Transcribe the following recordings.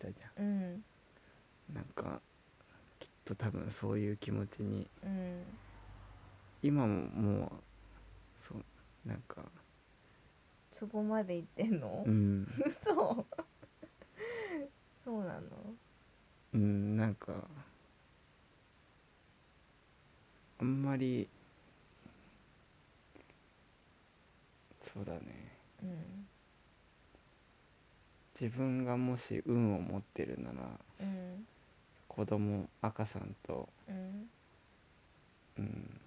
ないじゃうんんなんかきっと多分そういう気持ちにうん今ももうそうなんかそこまで言ってんの、 うん嘘そうなのうんなんかあんまりそうだねうん自分がもし運を持ってるならうん子供赤さんと、うんうん、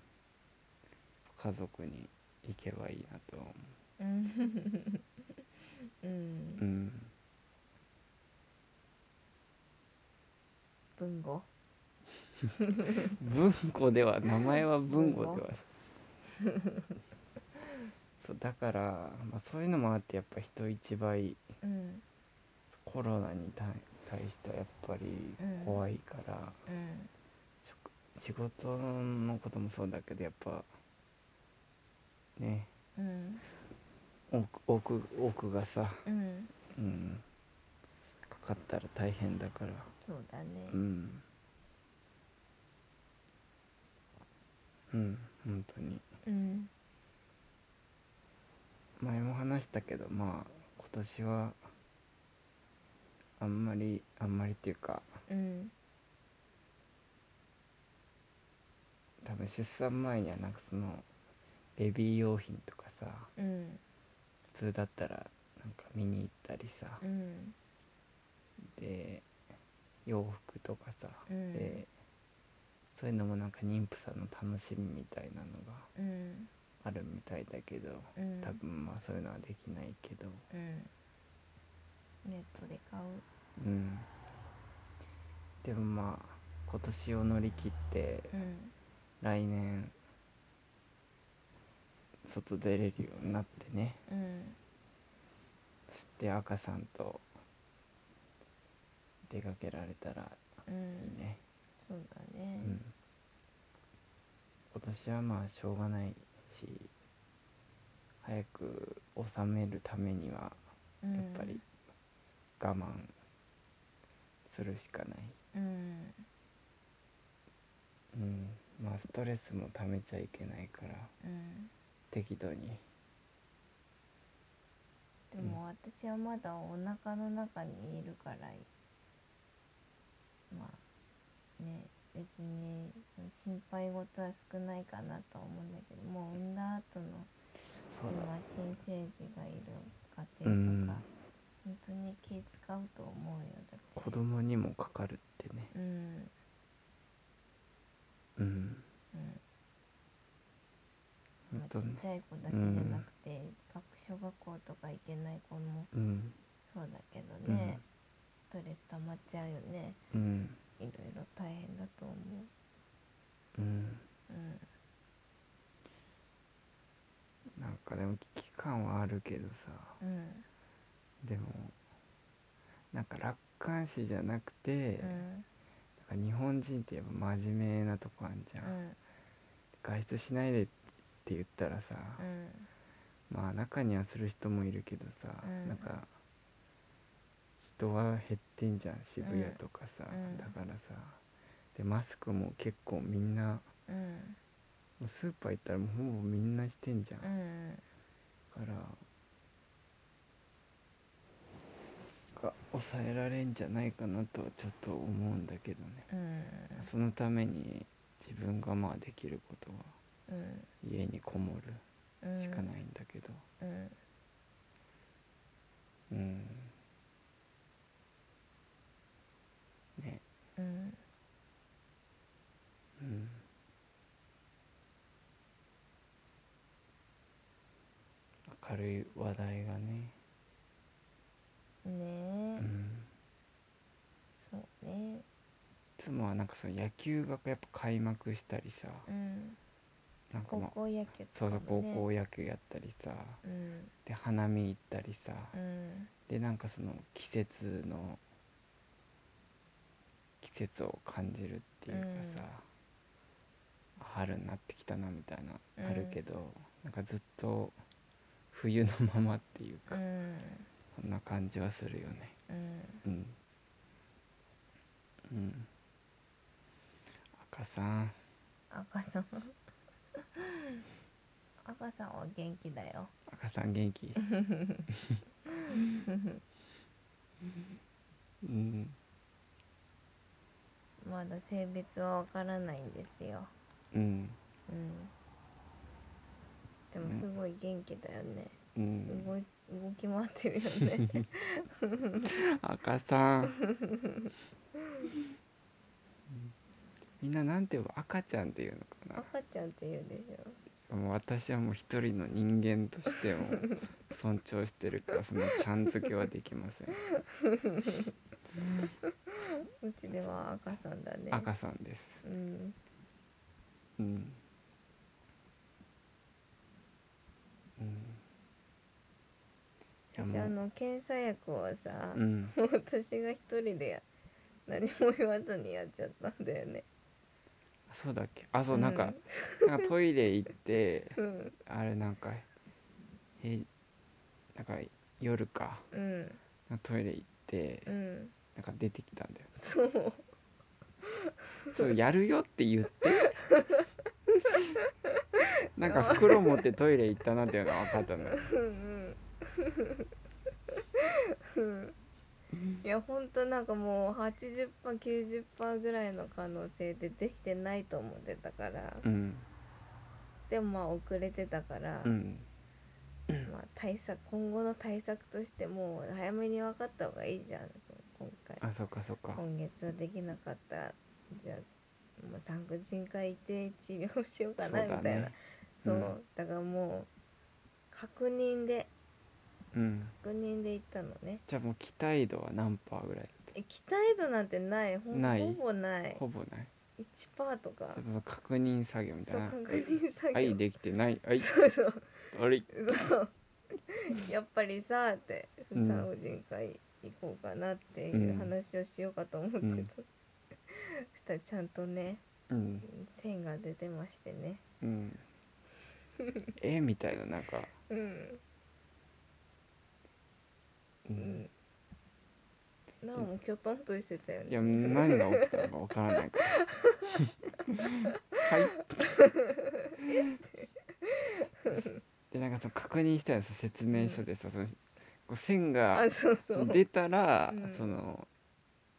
家族に行けばいいなとは思うんう、ううんん、文豪文庫では名前は文庫では そうだから、まあ、そういうのもあってやっぱ人一倍うんコロナに対対してやっぱりうん怖いから、うん職仕事のこともそうだけどやっぱねうん奥奥奥がさ、うんうん、かかったら大変だからそうだねうんうん本当にうん前も話したけどまあ今年はあんまりあんまりっていうかうん多分出産前にはなんかそのベビー用品とかさうん普通だったらなんか見に行ったりさ、うんで洋服とかさ、うんでそういうのもなんか妊婦さんの楽しみみたいなのがうんあるみたいだけどうん多分まあそういうのはできないけどうんネットで買ううんでもまあ今年を乗り切ってうん来年外出れるようになってねうんそして赤さんと出かけられたらういんいねそうだねうん今年はまあしょうがないし早く収めるためにはうやんっぱり我慢するしかない、うんうん、まあストレスも溜めちゃいけないからうん適度にでも私はまだお腹の中にいるからまあね別にその心配事は少ないかなとは思うんだけどもう産んだ後のそうだ今新生児がいる家庭とか、本当に気使うと思うよだって子供にもかかるってねうんうんうん本まあ当ちねっちゃい子だけじゃなくて、学小学校とか行けない子もうんそうだけどね、ストレス溜まっちゃうよねうんいろいろ大変だと思ううんうんなんかでも危機感はあるけどさうんでもなんか楽観視じゃなくて、うんなんか日本人ってやっぱ真面目なとこあんじゃん、うん外出しないでって言ったらさ、うんまあ中にはする人もいるけどさ、うんなんか人は減ってんじゃん渋谷とかさ、うんだからさでマスクも結構みんなうんもうスーパー行ったらもうほぼみんなしてんじゃん、うだんからが抑えられんじゃないかなとはちょっと思うんだけどね、うんそのために自分がまあできることはうん家にこもるうんしかないんだけどうんうん、ねうんうん明るい話題がねうねえ、んそうねいつもはなんかその野球がやっぱ開幕したりさうんなんか高まあ校野球そとうかそもう高ね校野球やったりさうんで花見行ったりさうんでなんかその季節の季節を感じるっていうかさ、春になってきたなみたいなあるけど、なんかずっと冬のままっていううか、んそんな感じはするよねうんうん赤さんは元気だよ赤さん元気うんまだ性別はわからないんですようんうんでもすごい元気だよね、うん動い動き回って るよね赤さんみんななんていうの赤ちゃんっていうのかな赤ちゃんって言うでしょもう私はもう一人の人間としても尊重してるからそのちゃん付けはできま せん、うちでは赤さんだね赤さんですうんうんうんいや私あもうの検査薬をさ、うんもう私が一人でや何も言わずにやっちゃったんだよねそうだっけあそううんなんか,、なんかトイレ行ってうんあれなんかえなんか夜かうんトイレ行ってうんなんか出てきたんだよねそうそうやるよって 言ってなんか袋持ってトイレ行ったなっていうのは分かったのようんうんうんいやほんとなんかもう 80%90% ぐらいの可能性でできてないと思ってたから、うんでもまあ遅れてたから、うんまあ、対策今後の対策としてもう早めに分かった方がいいじゃん今回あそうかそうか今月はできなかったじゃあもう産婦人科行って治療しようかなみたいなそうだねそう,、うんだからもう確認でうん確認で行ったのねじゃあもう期待度は何パーぐらいえ期待度なんてないほんないほぼないほぼない1%とかその確認作業みたそいうな確認作業、はいできてないはいそうそうあれそうやっぱりさってうん産婦人科行こうかなっていう話をしようかと思ってた、うんそしたらちゃんとねうん線が出てましてねうんえみたいななんかうんううんんなおもきょとんとしてたよいやね何が起きたのかわからないから はいでなんかその確認したやつ説明書でさ、そのこう線があそうそそうの出たら、うんその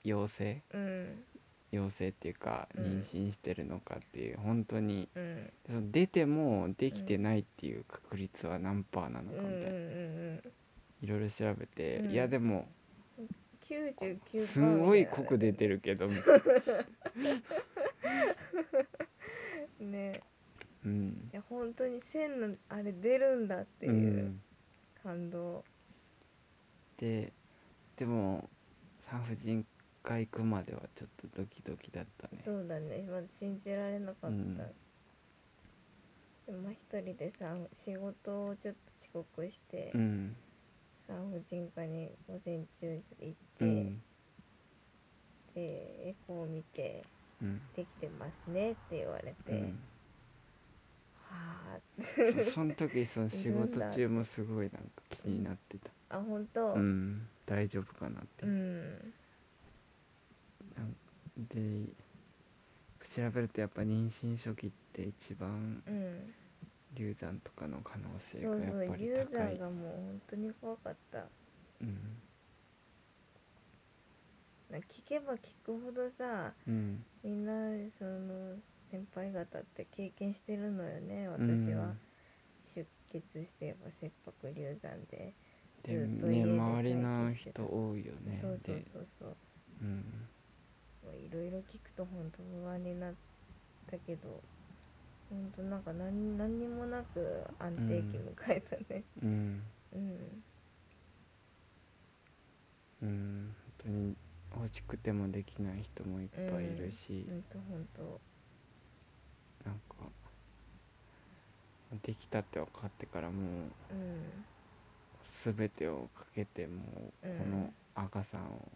陽性うん陽性っていうかうん妊娠してるのかっていう、本当にうんその出てもできてないっていう確率は何パーなのうんうかんみたいな、うんいろいろ調べて、うんいやでも99%すんごい濃く出てるけ どみたいな、ねうんいや本当に線のあれ出るんだってう、いうん感動ででも産婦人科行くまではちょっとドキドキだったねそうだねまだ信じられなかった、うんでもまあ一人でさ仕事をちょっと遅刻して、うん産婦人科に午前中行っうて、んでエコーを見てうん「できてますね」って言われて、うはんあそその時その仕事中もすごいなんか気になってたあ本当う、ん大丈夫かなって、うんで調べるとやっぱ妊娠初期って一番うん流産とかの可能性そがうやそっぱうり流高い産がもう本当に怖かったうんなんか聞けば聞くほどさうんみんなその先輩方って経験してるのよねう私はん、出血してやっぱ切迫流産で、でずっとね家で周りの待機してた人多いよねそうそうでそうそううんまあいろいろ聞くと本当不安になったけど本当なんか何何にもなく安定期うん迎えたねうんうん、うん本当に欲しくてもできない人もいっぱいいるし、ほんとほんとなんかできたって分かってからもううん全てをかけてもううんこの赤さん を、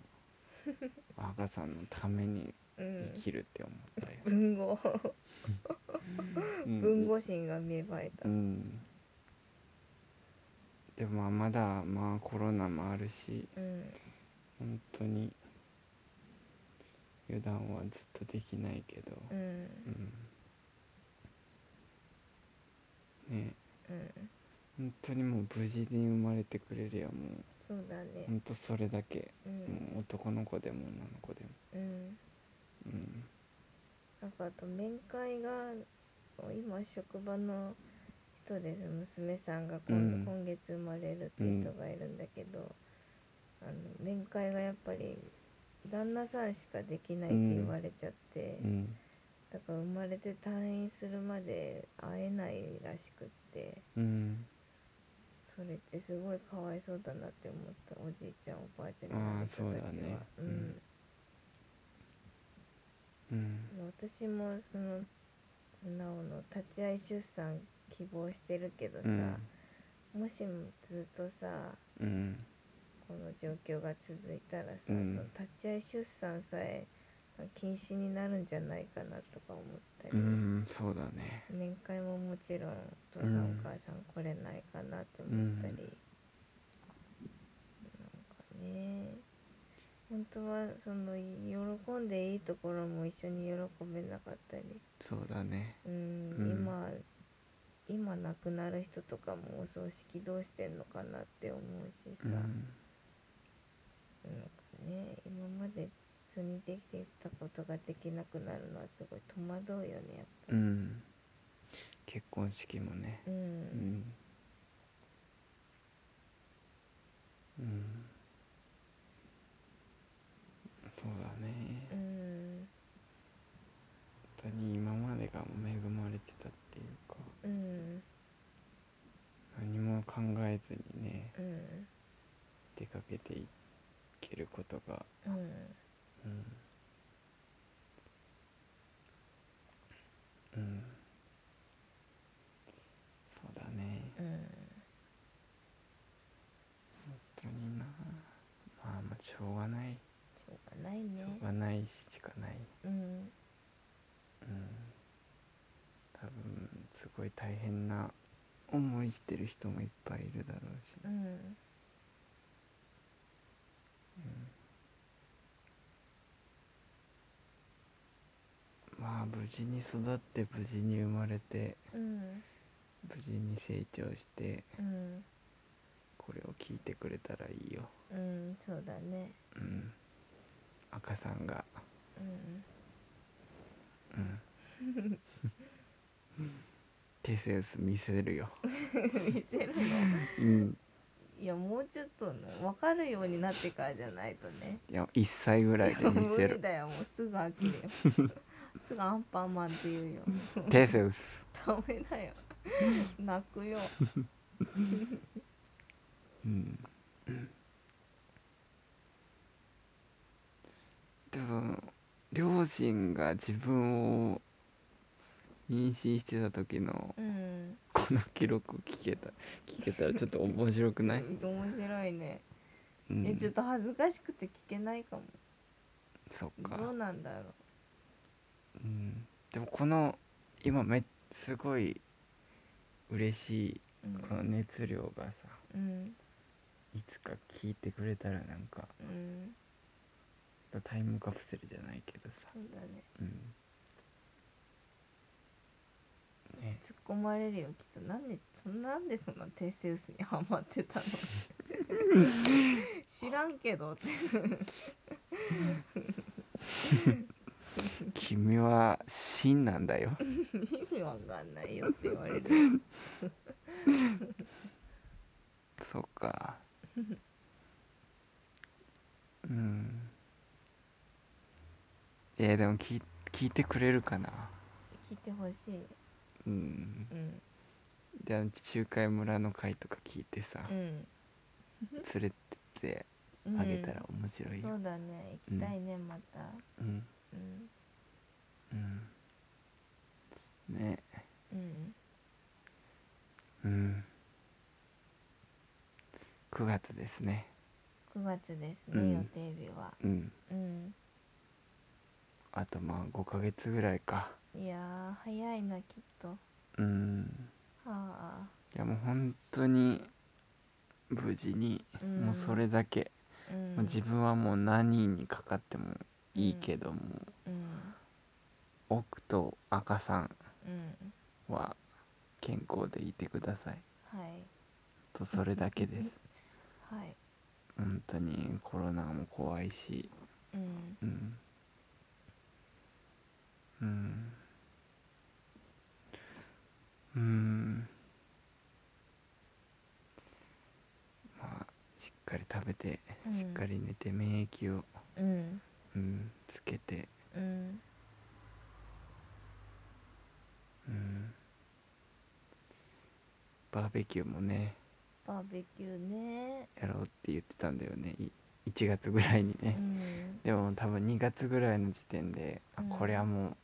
赤さんのためにうん生きるって思ったよ、文豪うん文豪心が芽生えたうんでもまあまだまあコロナもあるしうん本当に油断はずっとできないけどうんうんねうん本当にもう無事に生まれてくれるよもうそうだね本当それだけ、うもんう男の子でも女の子でもうんうんなんかあと面会が今職場の人です娘さんが今,、うん今月生まれるって人がいるんだけど、あの面会がやっぱり旦那さんしかできないって言われちゃって、うんだから生まれて退院するまで会えないらしくってうんそれってすごいかわいそうだなって思ったおじいちゃんおばあちゃんあーの人たそうちだはね。ううんんうん私もその素直の立ち会い出産希望してるけどさ、うんもしもずっとさうんこの状況が続いたらさ、うんその立ち会い出産さえ禁止になるんじゃないかなとか思ったり、うんそうだね面会ももちろんお父さうんんお母さん来れないかなと思ったり、うんなんかね本当はその喜んでいいところも一緒に喜べなかったり。そうだねうん、うん今今亡くなる人とかもお葬式どうしてんのかなって思うしさ、うんなんかね今まで普通にできてたことができなくなるのはすごい戸惑うよねやっぱうり。ん結婚式もねうんうんうんそうだねう本ん当に今までが恵まれてたっていうかうん何も考えずにねうん出かけていけることが、うんうんうん、そうだねうん本当になまあまあしょうがないしょうがないしねょ。うがないしかない、うんうん、多分すごい大変な思いしてる人もいっぱいいるだろうし、うんまあ無事に育って無事に生まれてうん無事に成長してうんこれを聞いてくれたらいいよ、うんそうだね。うん、赤さんが、うんうん、 テセウス見せるよ、 見せるの。うん、いやもうちょっとね分かるようになってからじゃないとね。いや1歳ぐらいで見無せ理るだよもうすぐ飽きるよすぐアンパンマンって言うよテセウスダメだよ泣くようんでもその両親が自分を妊娠してた時のうんこの記録を聞けた聞けたらちょっと面白くない、うん面白いね、うんえちょっと恥ずかしくて聞けないかもそっかどうなんだろうん、でもこの今めすごい嬉しいううんこの熱量がさうんいつか聞いてくれたらなんかうんタイムカプセルじゃないけどさそうだねうんね突っ込まれるよきっとなんでそんなんでそんなテセウスにハマって たの知らんけどって君は真なんだよ意味わかんないよって言われるよそっ かうんいやでも聞い聞いてくれるかな聞いてほしいうんうんであの中華村の会とか聞いてさ、うん連れてってあげたら面白いよそうだね行きたいね、またうんうんうん、ねうんうん9月ですね9月ですね、うん予定日はうんうんあとまあ5ヶ月ぐらいかいやー早いなきっとはうんあいやもう本当に無事に、うんもうそれだけ、うんもう自分はもう何にかかってもいいけども、うん奥と赤さんうんは健康でいてくださいはいとそれだけですはい本当にコロナも怖いしうんうんうんうんまあしっかり食べてうんしっかり寝て免疫を、うんうん、つけてうんうんバーベキューもねバーベキューねやろうって言ってたんだよねい1月ぐらいにうね、んでも多分2月ぐらいの時点で、あうんこれはも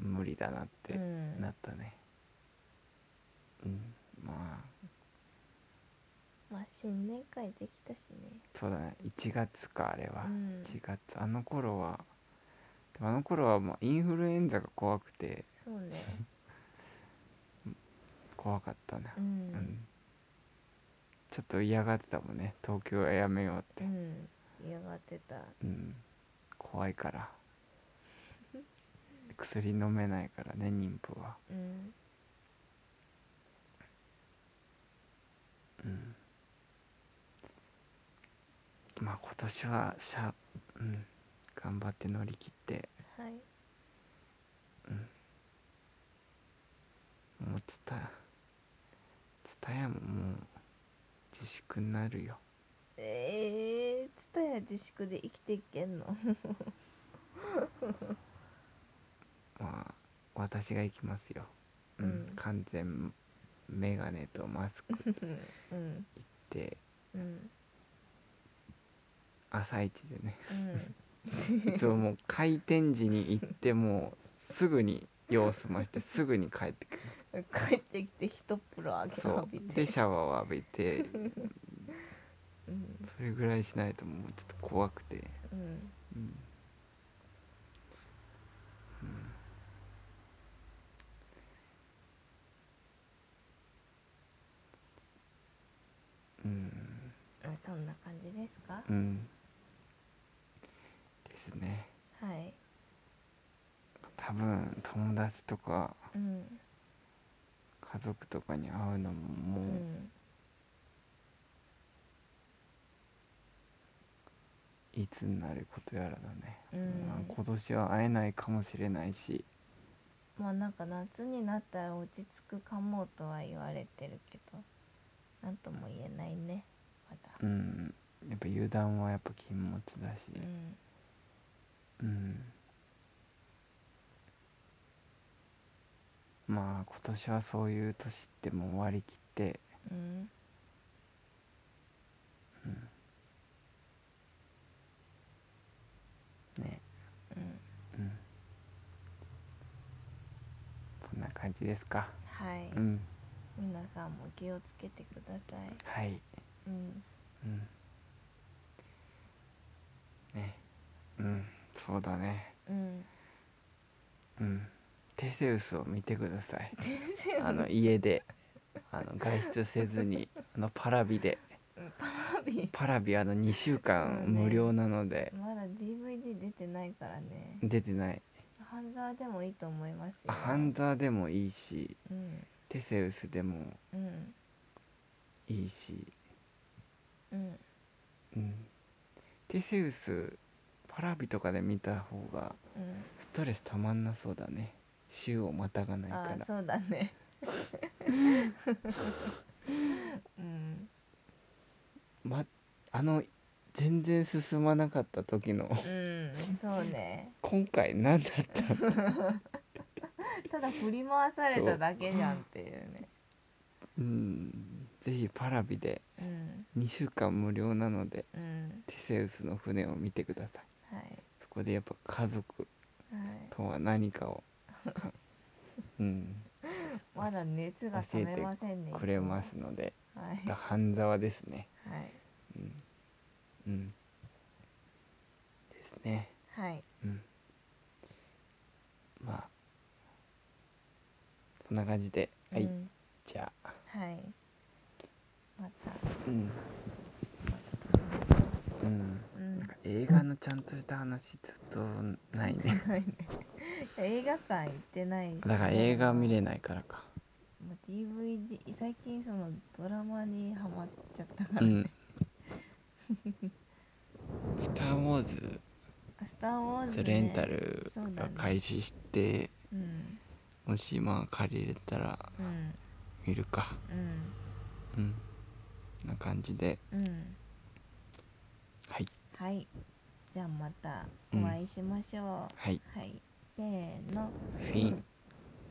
う無理だなってうんなったねうん、まあまあ新年会できたしねそうだね1月かあれは、うん1月あの頃はでもあの頃はもうインフルエンザが怖くてそう ね怖かったなう、うんちょっと嫌がってたもんね東京はやめようっうてん嫌がってたうん怖いから薬飲めないからね妊婦はうんうんまあ今年はしゃ、うん、頑張って乗り切ってはいもうつたつたやももう自粛になるよええー、ツタヤ自粛で生きていけんのまあ私が行きますよ、うんうん完全メガネとマスクうんでうん朝一でね うんいつももう開店時に行ってもうすぐに用を済ま してすぐに帰ってくる帰ってきて一風呂あげそ 浴うびてでシャワーを浴びてうんそれぐらいしないともうちょっと怖くてうんうん、うん、うんあそんな感じですかうんですねはい多分友達とかうん家族とかに会うのももううんいつになることやらだね、うんまあ今年は会えないかもしれないしまあなんか夏になったら落ち着くかもとは言われてるけどなんとも言えないねまだうんやっぱ油断はやっぱ禁物だし、うんうんまあ今年はそういう年ってもう割り切ってうんねうんうんそんな感じですかはいうん皆さんも気をつけてくださいはいうんうんねうんそうだねうんうんテセウスを見てくださいあの家であの外出せず にあのパラビで花火パラビあの2週間そうね無料なので、まだ DVD 出てないからね出てないハンザーでもいいと思いますよハンザーでもいいしうんテセウスでもうんいいし、うんうん、テセウスパラビとかで見た方がうんストレスたまんなそうだね週をまたがないあかあらそうだ ねうんま、あの全然進まなかった時のうんそうね今回何だったのただ振り回されただけじゃんっていうねうんぜひパラビでうん2週間無料なのでうんテセウスの船を見てくださいはいそこでやっぱ家族はいとは何かを、かうん、まだ熱が冷めませんねくれますのではいまた半沢ですねはいうん、うん、ですねはいうんまあそんな感じではい、うんじゃあはいまたうんまた撮りましょうんううんなんか映画のちゃんとした話ずっとないね映画館行ってないしだから映画見れないからかまあ、DVD 最近そのドラマにハマっちゃったかうら、ん「スター・ウォーズあスター・ウォー」ズ、とね、レンタルそうだがね開始して、うんもしまあ借りれたらうん見るかうんな感じでうんうんはいはいじゃあまたうんお会いしましょう、はいはいせーのフィン